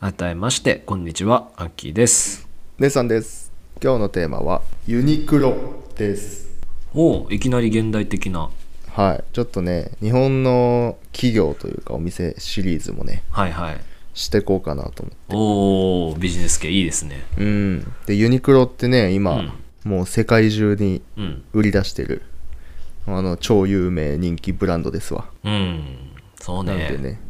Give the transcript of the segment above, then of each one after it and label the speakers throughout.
Speaker 1: 改めましてこんにちはアッキーです
Speaker 2: ネイさんです。今日のテーマはユニクロです。
Speaker 1: おおいきなり現代的な
Speaker 2: はい、ちょっとね、日本の企業というかお店シリーズもね、
Speaker 1: はいはい
Speaker 2: してこうかなと思
Speaker 1: おおビジネス系いいですね
Speaker 2: って。うん。で、ユニクロってね、今、もう世界中に
Speaker 1: うん
Speaker 2: 売り出してる、あの、超有名人気ブランドですわ。
Speaker 1: うんそう
Speaker 2: なん
Speaker 1: ね
Speaker 2: でね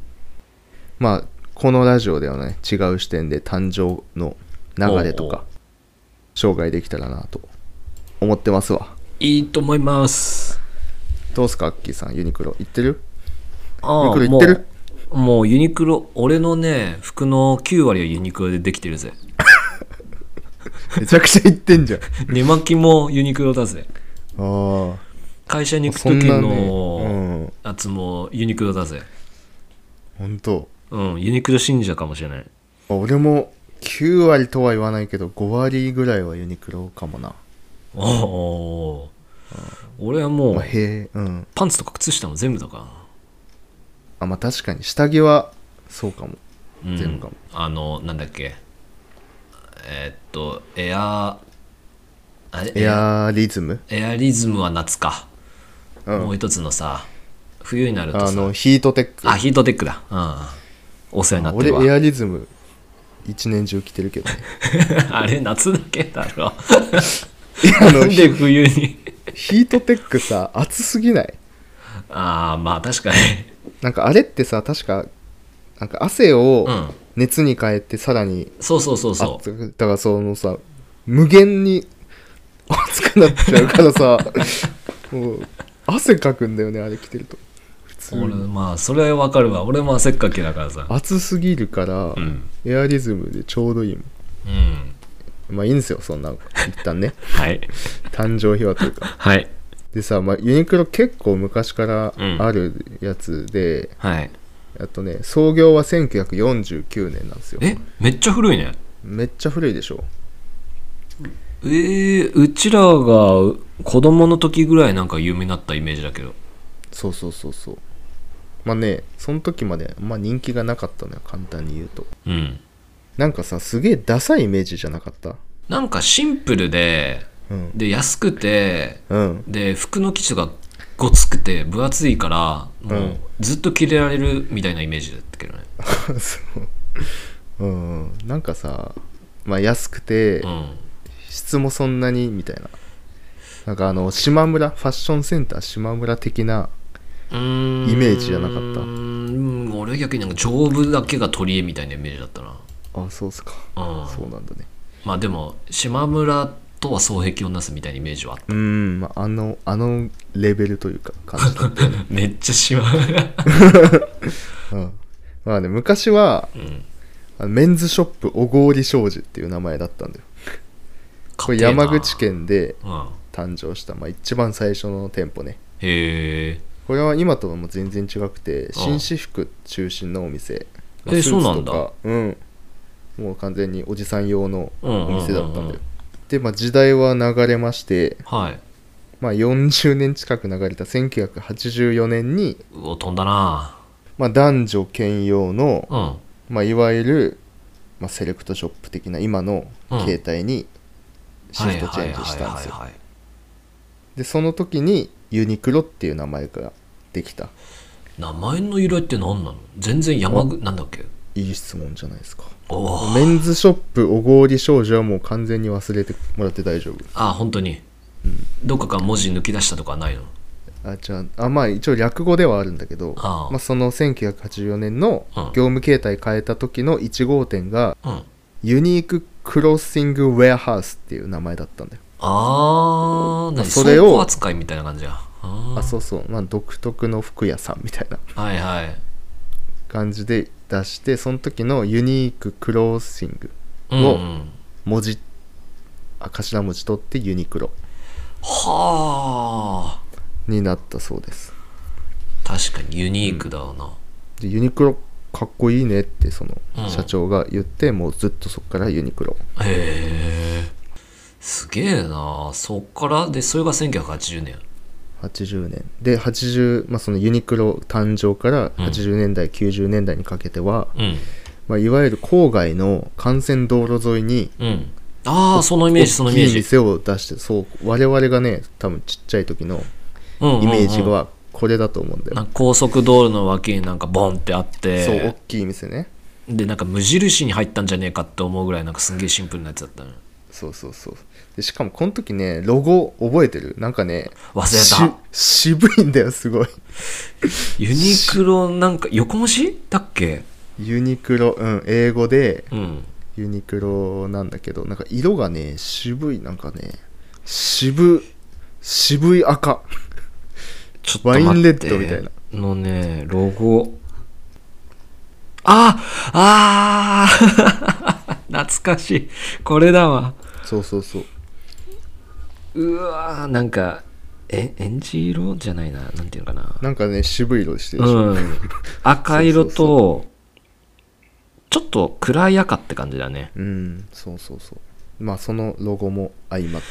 Speaker 2: まあこのラジオではね違う視点で誕生の流れとか紹介できたらなと思ってますわ
Speaker 1: いいと思います
Speaker 2: どうすかアッキーさんユニクロ行ってる
Speaker 1: ああ
Speaker 2: ユニクロ行ってる
Speaker 1: もうもうユニクロ俺のね服の9割はユニクロでできてるぜ
Speaker 2: めちゃくちゃ行って んじゃんあ
Speaker 1: 寝巻きもユニクロだぜ
Speaker 2: あ
Speaker 1: 会社に行く
Speaker 2: そ
Speaker 1: 時
Speaker 2: んな
Speaker 1: の
Speaker 2: ね
Speaker 1: やつもユニクロだぜ
Speaker 2: うん本当
Speaker 1: うんユニクロ信者かもしれない
Speaker 2: 俺も9割とは言わないけど5割ぐらいはユニクロかもな、
Speaker 1: おーおー俺はも
Speaker 2: ま
Speaker 1: う
Speaker 2: あ、へえうん
Speaker 1: パンツとか靴下も全部だからな
Speaker 2: あまあ確かに下着はそうかも
Speaker 1: うん
Speaker 2: 全部かも
Speaker 1: あのなんだっけえーっとエアあれ
Speaker 2: エアリズム
Speaker 1: エアリズムは夏か、
Speaker 2: うん
Speaker 1: もう一つのさ冬になると
Speaker 2: あ
Speaker 1: さ
Speaker 2: のヒートテック
Speaker 1: あヒートテックだうんお世話になって
Speaker 2: 俺
Speaker 1: る
Speaker 2: エ
Speaker 1: わ
Speaker 2: アリズム一年中着てるけどね
Speaker 1: あれ夏だけだろ
Speaker 2: あ
Speaker 1: な
Speaker 2: の
Speaker 1: んで冬に
Speaker 2: ヒートテックさ暑すぎない
Speaker 1: ああまあ確かに
Speaker 2: なんかあれってさ確かなんか汗を
Speaker 1: うん
Speaker 2: 熱に変えてさらに
Speaker 1: そうそうそうそ
Speaker 2: 熱くだからそのさ無限に熱くなっちゃうから さもう汗かくんだよねあれ着てると普通
Speaker 1: う俺
Speaker 2: に
Speaker 1: まあそれはわかるわ俺も汗っかきだからさ
Speaker 2: 暑すぎるから、
Speaker 1: うん
Speaker 2: エアリズムでちょうどいいも
Speaker 1: うん
Speaker 2: んまあいいんですよそんな一 旦ね
Speaker 1: はい
Speaker 2: 誕生秘話というか
Speaker 1: はい
Speaker 2: でさ、まあ、ユニクロ結構昔から
Speaker 1: うん
Speaker 2: あるやつで、
Speaker 1: はい
Speaker 2: あとね創業は1949年なんですよ
Speaker 1: えめっちゃ古いね
Speaker 2: めっちゃ古いでしょ
Speaker 1: えー、うちらがう子供の時ぐらいなんか有名になったイメージだけど
Speaker 2: そうそうそうそうまあねその時まで、まあ、人気がなかったのよ簡単に言うと
Speaker 1: うん
Speaker 2: なんかさすげえダサいイメージじゃなかった
Speaker 1: なんかシンプルで
Speaker 2: うん
Speaker 1: で安くて
Speaker 2: うん
Speaker 1: で服の生地がごつくて分厚いからも
Speaker 2: う
Speaker 1: うんずっと着れられるみたいなイメージだったけどね、
Speaker 2: そううんなんかさまあ安くて、
Speaker 1: うん、
Speaker 2: 質もそんなにみたいななんかあの島村ファッションセンター島村的な
Speaker 1: うーん
Speaker 2: イメージじゃなかった
Speaker 1: うん俺逆になんか丈夫だけが取り柄みたいなイメージだったな
Speaker 2: あそうっすか
Speaker 1: うん
Speaker 2: そうなんだね
Speaker 1: まあでも島村とは双璧をなすみたいなイメージはあっ
Speaker 2: うん、まあ、あのあのレベルという か感じだったよ ね、
Speaker 1: ためっちゃ島村
Speaker 2: うん、まあね昔は
Speaker 1: うん
Speaker 2: あのメンズショップ小郡商事っていう名前だったんだよ これ
Speaker 1: かっけえな
Speaker 2: 山口県で
Speaker 1: うん
Speaker 2: 誕生した、まあ、一番最初の店舗ね
Speaker 1: へえ
Speaker 2: これは今とはもう全然違くて紳士服中心のお店まあ
Speaker 1: えー
Speaker 2: スーツ
Speaker 1: そうなん
Speaker 2: と
Speaker 1: だ
Speaker 2: かうんもう完全におじさん用のお店だった
Speaker 1: うんう
Speaker 2: んだよ、
Speaker 1: んうんうん
Speaker 2: で、まあ、時代は流れまして、
Speaker 1: はい
Speaker 2: まあ、40年近く流れた1984年に
Speaker 1: うお飛んだな
Speaker 2: まあ、男女兼用の、
Speaker 1: うん
Speaker 2: まあ、いわゆる、まあ、セレクトショップ的な今の
Speaker 1: うん
Speaker 2: 携帯にシフトチェンジしたんです
Speaker 1: はいはいはいはい
Speaker 2: よ
Speaker 1: はい
Speaker 2: でその時にユニクロっていう名前ができた
Speaker 1: 名前の由来って何なの全然山口なんだっけ
Speaker 2: いい質問じゃないですか
Speaker 1: おお
Speaker 2: メンズショップ小郡少女はもう完全に忘れてもらって大丈夫
Speaker 1: あ本当に、どっかから文字抜き出したとかはないの
Speaker 2: あじゃああまあ一応略語ではあるんだけど
Speaker 1: ああ
Speaker 2: まあ、その1984年の
Speaker 1: うん
Speaker 2: 業務形態変えた時の1号店が
Speaker 1: うんあ
Speaker 2: ユニーククロッシングウェアハウスっていう名前だったんだよ
Speaker 1: あー何
Speaker 2: それを
Speaker 1: 倉庫扱いみたいな感じやあ
Speaker 2: あそうそう、まあ、独特の服屋さんみたいな
Speaker 1: あはいはい
Speaker 2: 感じで出してその時のユニーククローシング
Speaker 1: うん
Speaker 2: の
Speaker 1: うん
Speaker 2: 文字あ頭文字取ってユニクロ
Speaker 1: はあ
Speaker 2: になったそうです
Speaker 1: 確かにユニークだわな、
Speaker 2: でユニクロかっこいいねってそ
Speaker 1: うん
Speaker 2: の社長が言って、もうずっとそっからユニクロ
Speaker 1: へえすげえなそっからでそれが1980年
Speaker 2: 80年で80、まあ、そのユニクロ誕生から80年代、90年代にかけては、
Speaker 1: うん
Speaker 2: まあ、いわゆる郊外の幹線道路沿いに
Speaker 1: うんああそのイメージそのイメー
Speaker 2: 大きい
Speaker 1: ジ
Speaker 2: 店を出してそう我々がね多分ちっちゃい時の
Speaker 1: うんうんうん
Speaker 2: イメージはこれだと思うんだよ、
Speaker 1: なんか高速道路の脇になんかボンってあっ
Speaker 2: そう大
Speaker 1: て
Speaker 2: きい店ね
Speaker 1: でなんか無印に入ったんじゃねえかって思うぐらいなんかすんげえシンプルなやつだったのよ
Speaker 2: そうそうそうでしかもこの時ねロゴ覚えてるなんかね
Speaker 1: 忘れた
Speaker 2: し渋いんだよすごい
Speaker 1: ユニクロなんか横文字だっけ
Speaker 2: ユニクロうん英語で
Speaker 1: うん
Speaker 2: ユニクロなんだけどなんか色がね渋いなんかね渋渋い赤
Speaker 1: ちょっと待って
Speaker 2: ワインレッドみたいな
Speaker 1: のねロゴあああー 懐かしいこれだわ
Speaker 2: そうそうそう
Speaker 1: うわーなんかえエンジ色じゃないななんていうのかな
Speaker 2: なんかね渋い色してるでしょ、
Speaker 1: うん赤色と
Speaker 2: そう
Speaker 1: ちょっと暗い赤って感じだね
Speaker 2: うん、そうそうそう。まあ、そのロゴも相まっ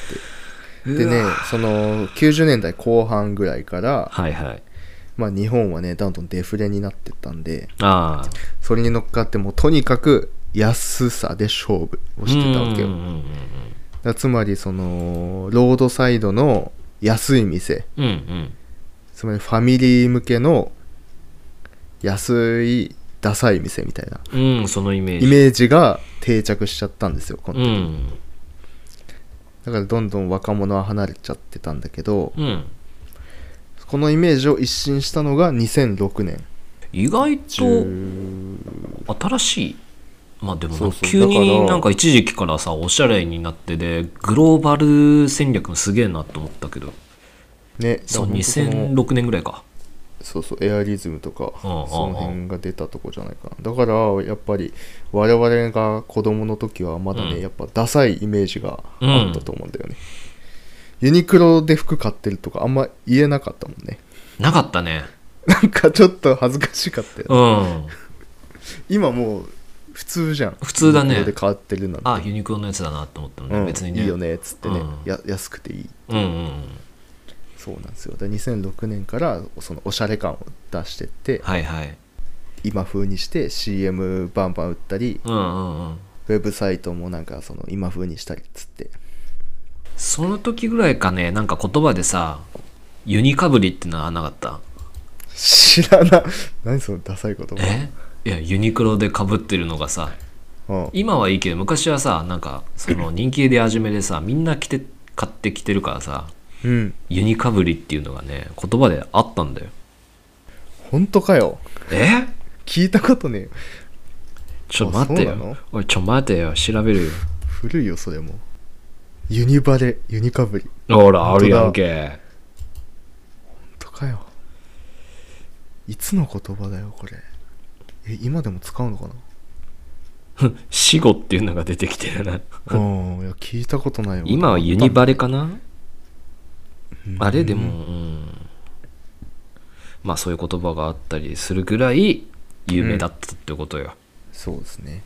Speaker 2: て。で
Speaker 1: う
Speaker 2: ね
Speaker 1: わ、
Speaker 2: その90年代後半ぐらいから、
Speaker 1: はいはい
Speaker 2: まあ、日本はね、どんどんデフレになってったんで、
Speaker 1: ああ
Speaker 2: それに乗っかって、もうとにかく安さで勝負をしてたわけよ。
Speaker 1: うんう
Speaker 2: だか
Speaker 1: ん
Speaker 2: らつまり、その、ロードサイドの安い店、
Speaker 1: うんうんうんうん
Speaker 2: つまりファミリー向けの安い、ダサい店みたいな
Speaker 1: うんうんそのイメージ
Speaker 2: イメージが定着しちゃったんですよ、この
Speaker 1: うん
Speaker 2: だからどんどん若者は離れちゃってたんだけど、
Speaker 1: うん
Speaker 2: このイメージを一新したのが2006年
Speaker 1: 意外と
Speaker 2: 10
Speaker 1: 新しいまあでも
Speaker 2: そ
Speaker 1: な
Speaker 2: うそう
Speaker 1: 急
Speaker 2: だか
Speaker 1: に
Speaker 2: ら
Speaker 1: なんか一時期からさおしゃれになってでグローバル戦略もすげえなと思ったけど
Speaker 2: ね
Speaker 1: そう
Speaker 2: だから本当その
Speaker 1: 2006年ぐらいか
Speaker 2: そうそうエアリズムとか
Speaker 1: うんうん
Speaker 2: その辺が出たとこじゃないかなだからやっぱり我々が子供の時はまだね、
Speaker 1: うん
Speaker 2: やっぱダサいイメージがあったと思うんだよね、ユニクロで服買ってるとかあんま言えなかったもんね
Speaker 1: なかったね
Speaker 2: なんかちょっと恥ずかしかったよ、
Speaker 1: うん
Speaker 2: 今もう普通じゃん
Speaker 1: 普通だね
Speaker 2: ユニクロで買ってるなんて
Speaker 1: あユニクロのやつだなと思ったのね、
Speaker 2: うん
Speaker 1: 別にね
Speaker 2: いいよねっつってね、
Speaker 1: うん
Speaker 2: や安くていい
Speaker 1: うんうんうん
Speaker 2: そうなんですよで2006年からそのおしゃれ感を出してって、
Speaker 1: はいはい
Speaker 2: 今風にして CM バンバン売ったり
Speaker 1: うんうんうん
Speaker 2: ウェブサイトもなんかその今風にしたりっつって
Speaker 1: その時ぐらいかねなんか言葉でさユニかぶりってのはなかった
Speaker 2: 知らな 何そのダサい言葉
Speaker 1: えいやユニクロでかぶってるのがさ
Speaker 2: うん
Speaker 1: 今はいいけど昔はさなんかそ の人気出始めでさみんな着て買ってきてるからさ
Speaker 2: うん
Speaker 1: ユニかぶりっていうのがね言葉であったんだよ
Speaker 2: 本当かよ
Speaker 1: え
Speaker 2: 聞いたことねえよ
Speaker 1: ちょ待て
Speaker 2: あそうな
Speaker 1: よ
Speaker 2: の
Speaker 1: おいちょ待てよ調べるよ
Speaker 2: 古いよそれもユニバレユニかぶり
Speaker 1: ほらあ
Speaker 2: 本当
Speaker 1: る
Speaker 2: だ
Speaker 1: やんけ
Speaker 2: 本当かよいつの言葉だよこれえ今でも使うのかな
Speaker 1: 死後っていうのが出てきてるな
Speaker 2: うんいや聞いたことないよ
Speaker 1: 今はユニバレかな
Speaker 2: うん
Speaker 1: あれでも、うん、まあそういう言葉があったりするぐらい有名だったってことよ。
Speaker 2: そうですね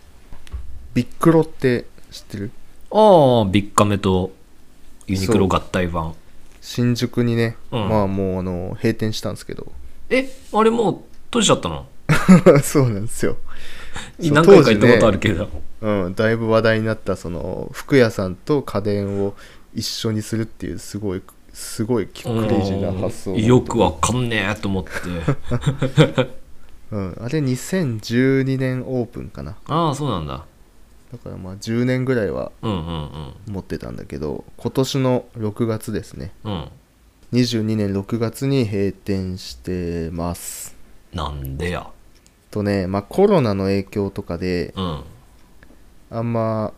Speaker 2: ビックロって知ってる
Speaker 1: ああ、ビッカメとユニクロ合体版。
Speaker 2: 新宿にね、
Speaker 1: うん
Speaker 2: まあもうあの閉店したんですけど
Speaker 1: え、あれもう閉じちゃったの
Speaker 2: そうなんですよ、そう
Speaker 1: 何回か行ったことあるけど。
Speaker 2: うん、だいぶ話題になったその服屋さんと家電を一緒にするっていうすごいすごいクレイジーな発想
Speaker 1: うんよくわかんねえと思って。
Speaker 2: うん、あれ2012年オープンかな
Speaker 1: ああ、そうなんだ。
Speaker 2: だからまあ10年ぐらいは
Speaker 1: うんうん
Speaker 2: 持ってたんだけど今年の6月ですね
Speaker 1: うん。うん。
Speaker 2: 22年6月に閉店してます
Speaker 1: なんでや。
Speaker 2: とね、まあ、コロナの影響とかで
Speaker 1: うん。
Speaker 2: あんま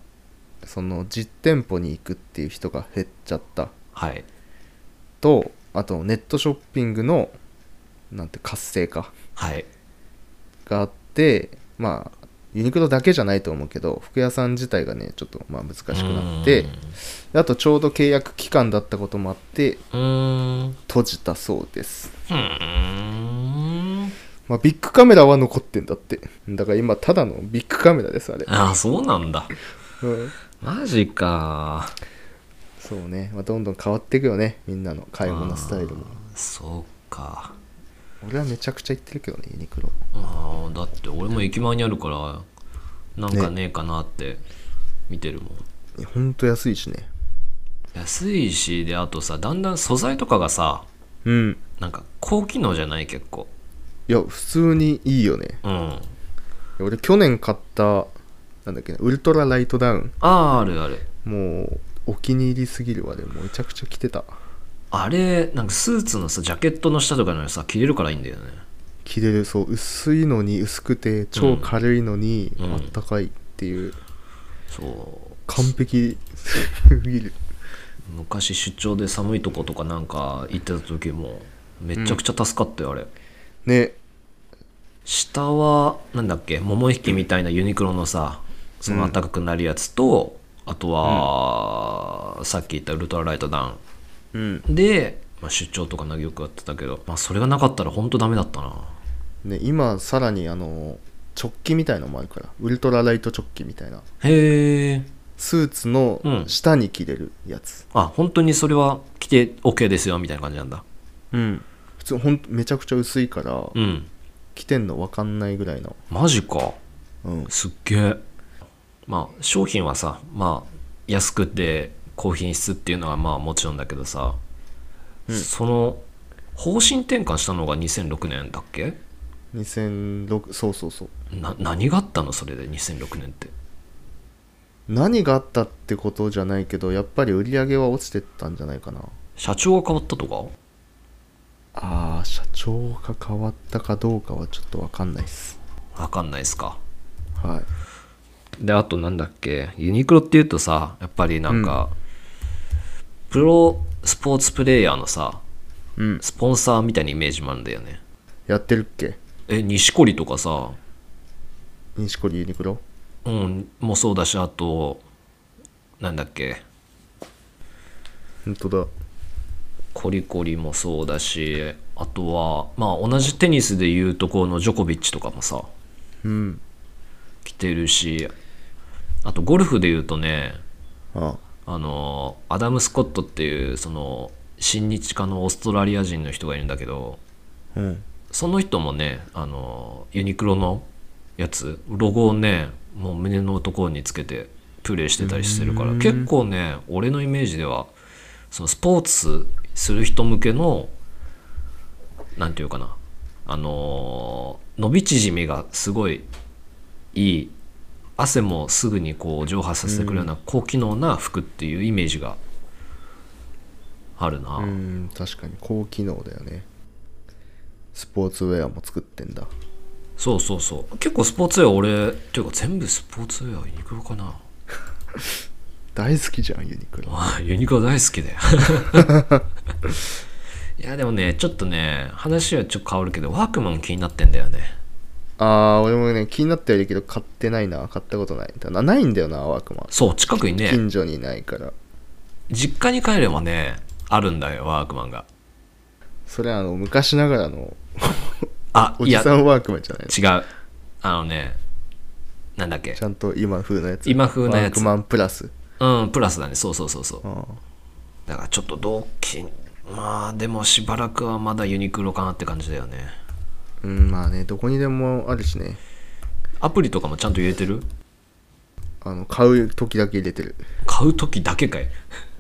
Speaker 2: その実店舗に行くっていう人が減っちゃった
Speaker 1: はい。
Speaker 2: とあとネットショッピングのなんて活性化
Speaker 1: はい。
Speaker 2: があってまあユニクロだけじゃないと思うけど服屋さん自体がねちょっとまあ難しくなってであとちょうど契約期間だったこともあって
Speaker 1: うーん。
Speaker 2: 閉じたそうです、
Speaker 1: うーん。
Speaker 2: まあ、ビッグカメラは残ってんだってだから今ただのビッグカメ ラですあれ、
Speaker 1: ああ、そうなんだ。
Speaker 2: うん、
Speaker 1: マジか。
Speaker 2: そうね、まあ、どんどん変わっていくよねみんなの買い物スタイルも
Speaker 1: あーそうか。
Speaker 2: 俺はめちゃくちゃ行ってるけどねユニクロ
Speaker 1: ああ、だって俺も駅前にあるから、なんかねえかなって見てるもん。
Speaker 2: いやほんと安いしね
Speaker 1: 安いし、で、あとさ、だんだん素材とかがさ、
Speaker 2: うん
Speaker 1: なんか高機能じゃない結構。
Speaker 2: いや普通にいいよね
Speaker 1: うん。
Speaker 2: 俺去年買ったなんだっけなウルトラライトダウン
Speaker 1: ああ、あるある。
Speaker 2: もうお気に入りすぎるわでもめちゃくちゃ着てた
Speaker 1: あれ、なんかスーツのさ、ジャケットの下とかにさ、着れるからいいんだよね。
Speaker 2: 着れるそう薄いのに薄くて超軽いのに、
Speaker 1: うん
Speaker 2: あったかいっていう
Speaker 1: そう。
Speaker 2: 完璧すぎる
Speaker 1: 昔出張で寒いとことかなんか行ってた時もめちゃくちゃ助かったよ、あれ
Speaker 2: ね
Speaker 1: 下はなんだっけ桃引きみたいなユニクロのさその暖かくなるやつと、あとは、さっき言ったウルトラライトダ
Speaker 2: うん
Speaker 1: ウンで、まあ、出張とかなよくやってたけど、まあ、それがなかったら本当ダメだったな
Speaker 2: ね今さらにあの直帰みたいのもあるからウルトラライト直帰みたいな
Speaker 1: へえ
Speaker 2: スーツの
Speaker 1: うん
Speaker 2: 下に着れるやつ
Speaker 1: あ本当にそれは着て OK ですよみたいな感じなんだ
Speaker 2: うん、普通ほんめちゃくちゃ薄いから、
Speaker 1: うん
Speaker 2: 着てんの分かんないぐらいの
Speaker 1: マジか
Speaker 2: うん
Speaker 1: すっげえまあ商品はさまあ安くて高品質っていうのはまあもちろんだけどさ、その方針転換したのが2006年だっけ
Speaker 2: 2006そうそうそう
Speaker 1: な何があったのそれで2006年って
Speaker 2: 何があったってことじゃないけどやっぱり売り上げは落ちてったんじゃないかな
Speaker 1: 社長が変わったとか
Speaker 2: あー社長が変わったかどうかはちょっと分かんないっす
Speaker 1: わかんないっすか
Speaker 2: はい
Speaker 1: であとなんだっけユニクロっていうとさやっぱりなんか、プロスポーツプレイヤーのさ
Speaker 2: うん
Speaker 1: スポンサーみたいなイメージもあるんだよね
Speaker 2: やってるっけ
Speaker 1: え錦織とかさ
Speaker 2: 錦織ユニクロ
Speaker 1: うん、もそうだし、あと、なんだっけ、
Speaker 2: 本当だ
Speaker 1: コリコリもそうだし、あとは、まあ同じテニスでいうとこのジョコビッチとかもさ、
Speaker 2: うん
Speaker 1: 来てるし、あとゴルフでいうとね、
Speaker 2: あ
Speaker 1: あの、アダム・スコットっていう、その、親日家のオーストラリア人の人がいるんだけど、
Speaker 2: うん
Speaker 1: その人もね、あの、ユニクロのやつ、ロゴをね、もう胸のところにつけてプレイしてたりしてるから、結構ね、俺のイメージでは、そのスポーツする人向けの、なんていうかな、あの、伸び縮みがすごいいい、汗もすぐにこう蒸発させてくるような高機能な服っていうイメージがあるな。
Speaker 2: うん確かに高機能だよねスポーツウェアも作ってんだ
Speaker 1: そうそうそう結構スポーツウェア俺っていうか全部スポーツウェアユニクロかな
Speaker 2: 大好きじゃんユニクロ
Speaker 1: あユニクロ大好 きだよいやでもねちょっとね話はちょっと変わるけどワークマン気になってんだよね
Speaker 2: あー俺もね気になってはいるけど買ってないな買ったことないだなないんだよなワークマン
Speaker 1: そう近くにね
Speaker 2: 近所にないから
Speaker 1: 実家に帰ればねあるんだよワークマンが
Speaker 2: それはあの昔なが らの
Speaker 1: あ
Speaker 2: お
Speaker 1: い
Speaker 2: じ
Speaker 1: や
Speaker 2: さんワークマンじゃないの
Speaker 1: 違うあのねなんだっけ
Speaker 2: ちゃんと今風のやつ
Speaker 1: 今風のやつ
Speaker 2: ワークマンプラス
Speaker 1: うんプラスだねそうそうそうそう
Speaker 2: あ
Speaker 1: だからちょっと同期まあでもしばらくはまだユニクロかなって感じだよね
Speaker 2: うんまあねどこにでもあるしね
Speaker 1: アプリとかもちゃんと入れてる
Speaker 2: あの買う時だけ入れてる
Speaker 1: 買う時だけかい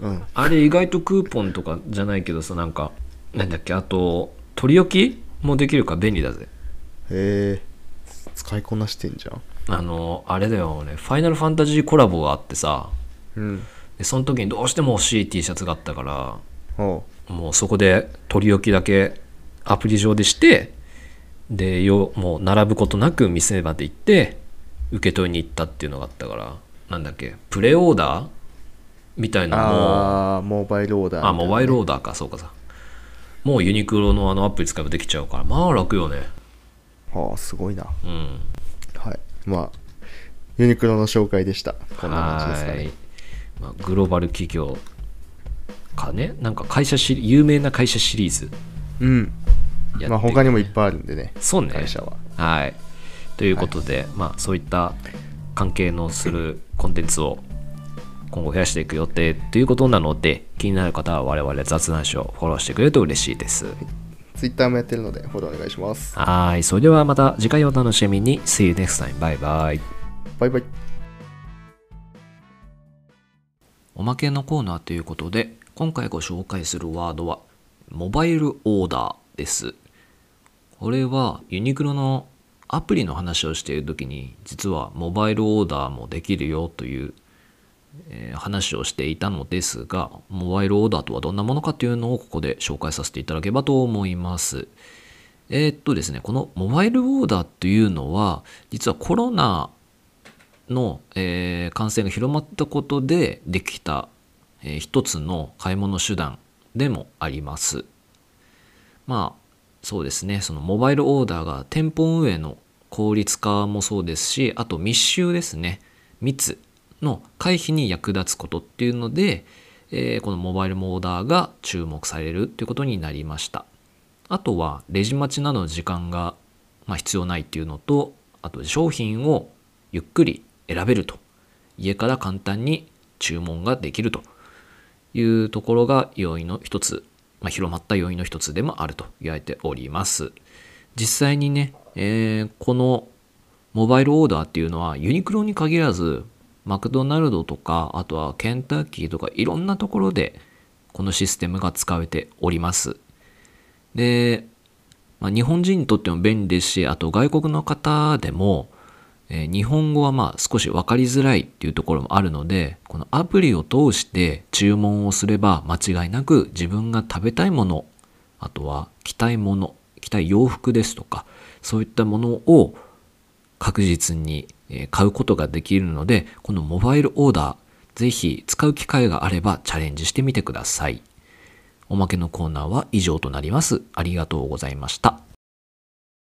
Speaker 2: うん
Speaker 1: あれ意外とクーポンとかじゃないけどさなんかなんだっけあと取り置きもできるから便利だぜ
Speaker 2: へえ使いこなしてんじゃん
Speaker 1: あのあれだよ俺ファイナルファンタジーコラボがあってさ
Speaker 2: うん
Speaker 1: でその時にどうしても欲しい T シャツがあったか
Speaker 2: おう
Speaker 1: らもうそこで取り置きだけアプリ上でしてでよもう並ぶことなく店まで行って受け取りに行ったっていうのがあったからなんだっけプレオーダーみたいなのも
Speaker 2: ああモバイルオーダー
Speaker 1: あ、モバイル
Speaker 2: オー
Speaker 1: オーダーか、そうかさ。もうユニクロのあのアプリ使えばできちゃうから、まあ楽よね。
Speaker 2: はあすごいな
Speaker 1: うん。
Speaker 2: はいまあユニクロの紹介でしたこんな
Speaker 1: は
Speaker 2: 感じですか
Speaker 1: ー
Speaker 2: ね
Speaker 1: いまあ、グローバル企業かね、なんか会社シリ有名な会社シリーズ
Speaker 2: うん
Speaker 1: やっていく
Speaker 2: まあ他にもいっぱいあるんでね
Speaker 1: そうね。
Speaker 2: 会社は
Speaker 1: はい。ということで、まあそういった関係のするコンテンツを今後増やしていく予定ということなので、気になる方は我々雑談誌をフォローしてくれると嬉しいです。
Speaker 2: Twitter もやってるのでフォローお願いします
Speaker 1: はい。それではまた次回をお楽しみに。See you next time. Bye bye.
Speaker 2: バイバイ
Speaker 1: おまけのコーナーということで今回ご紹介するワードはモバイルオーダーですこれはユニクロのアプリの話をしている時に実はモバイルオーダーもできるよという、えー話をしていたのですがモバイルオーダーとはどんなものかというのをここで紹介させていただければと思いますえーっとですねこのモバイルオーダーというのは実はコロナの、えー感染が広まったことでできた、えー一つの買い物手段でもあります。まあそうですねそのモバイルオーダーが店舗運営の効率化もそうですしあと密集ですね密の回避に役立つことっていうので、えーこのモバイルオーダーが注目されるっていうことになりました。あとはレジ待ちなどの時間が、まあ、必要ないっていうのとあと商品をゆっくり選べると家から簡単に注文ができるというところが要因の一つ、まあ、広まった要因の一つでもあると言われております実際にね、えーこのモバイルオーダーっていうのはユニクロに限らずマクドナルドとかあとはケンタッキーとかいろんなところでこのシステムが使われておりますで、まあ、日本人にとっても便利ですしあと外国の方でも、えー日本語はまあ少し分かりづらいっていうところもあるのでこのアプリを通して注文をすれば間違いなく自分が食べたいものあとは着たいもの着たい洋服ですとかそういったものを確実にえー買うことができるのでこのモバイルオーダーぜひ使う機会があればチャレンジしてみてください。おまけのコーナーは以上となります。ありがとうございました。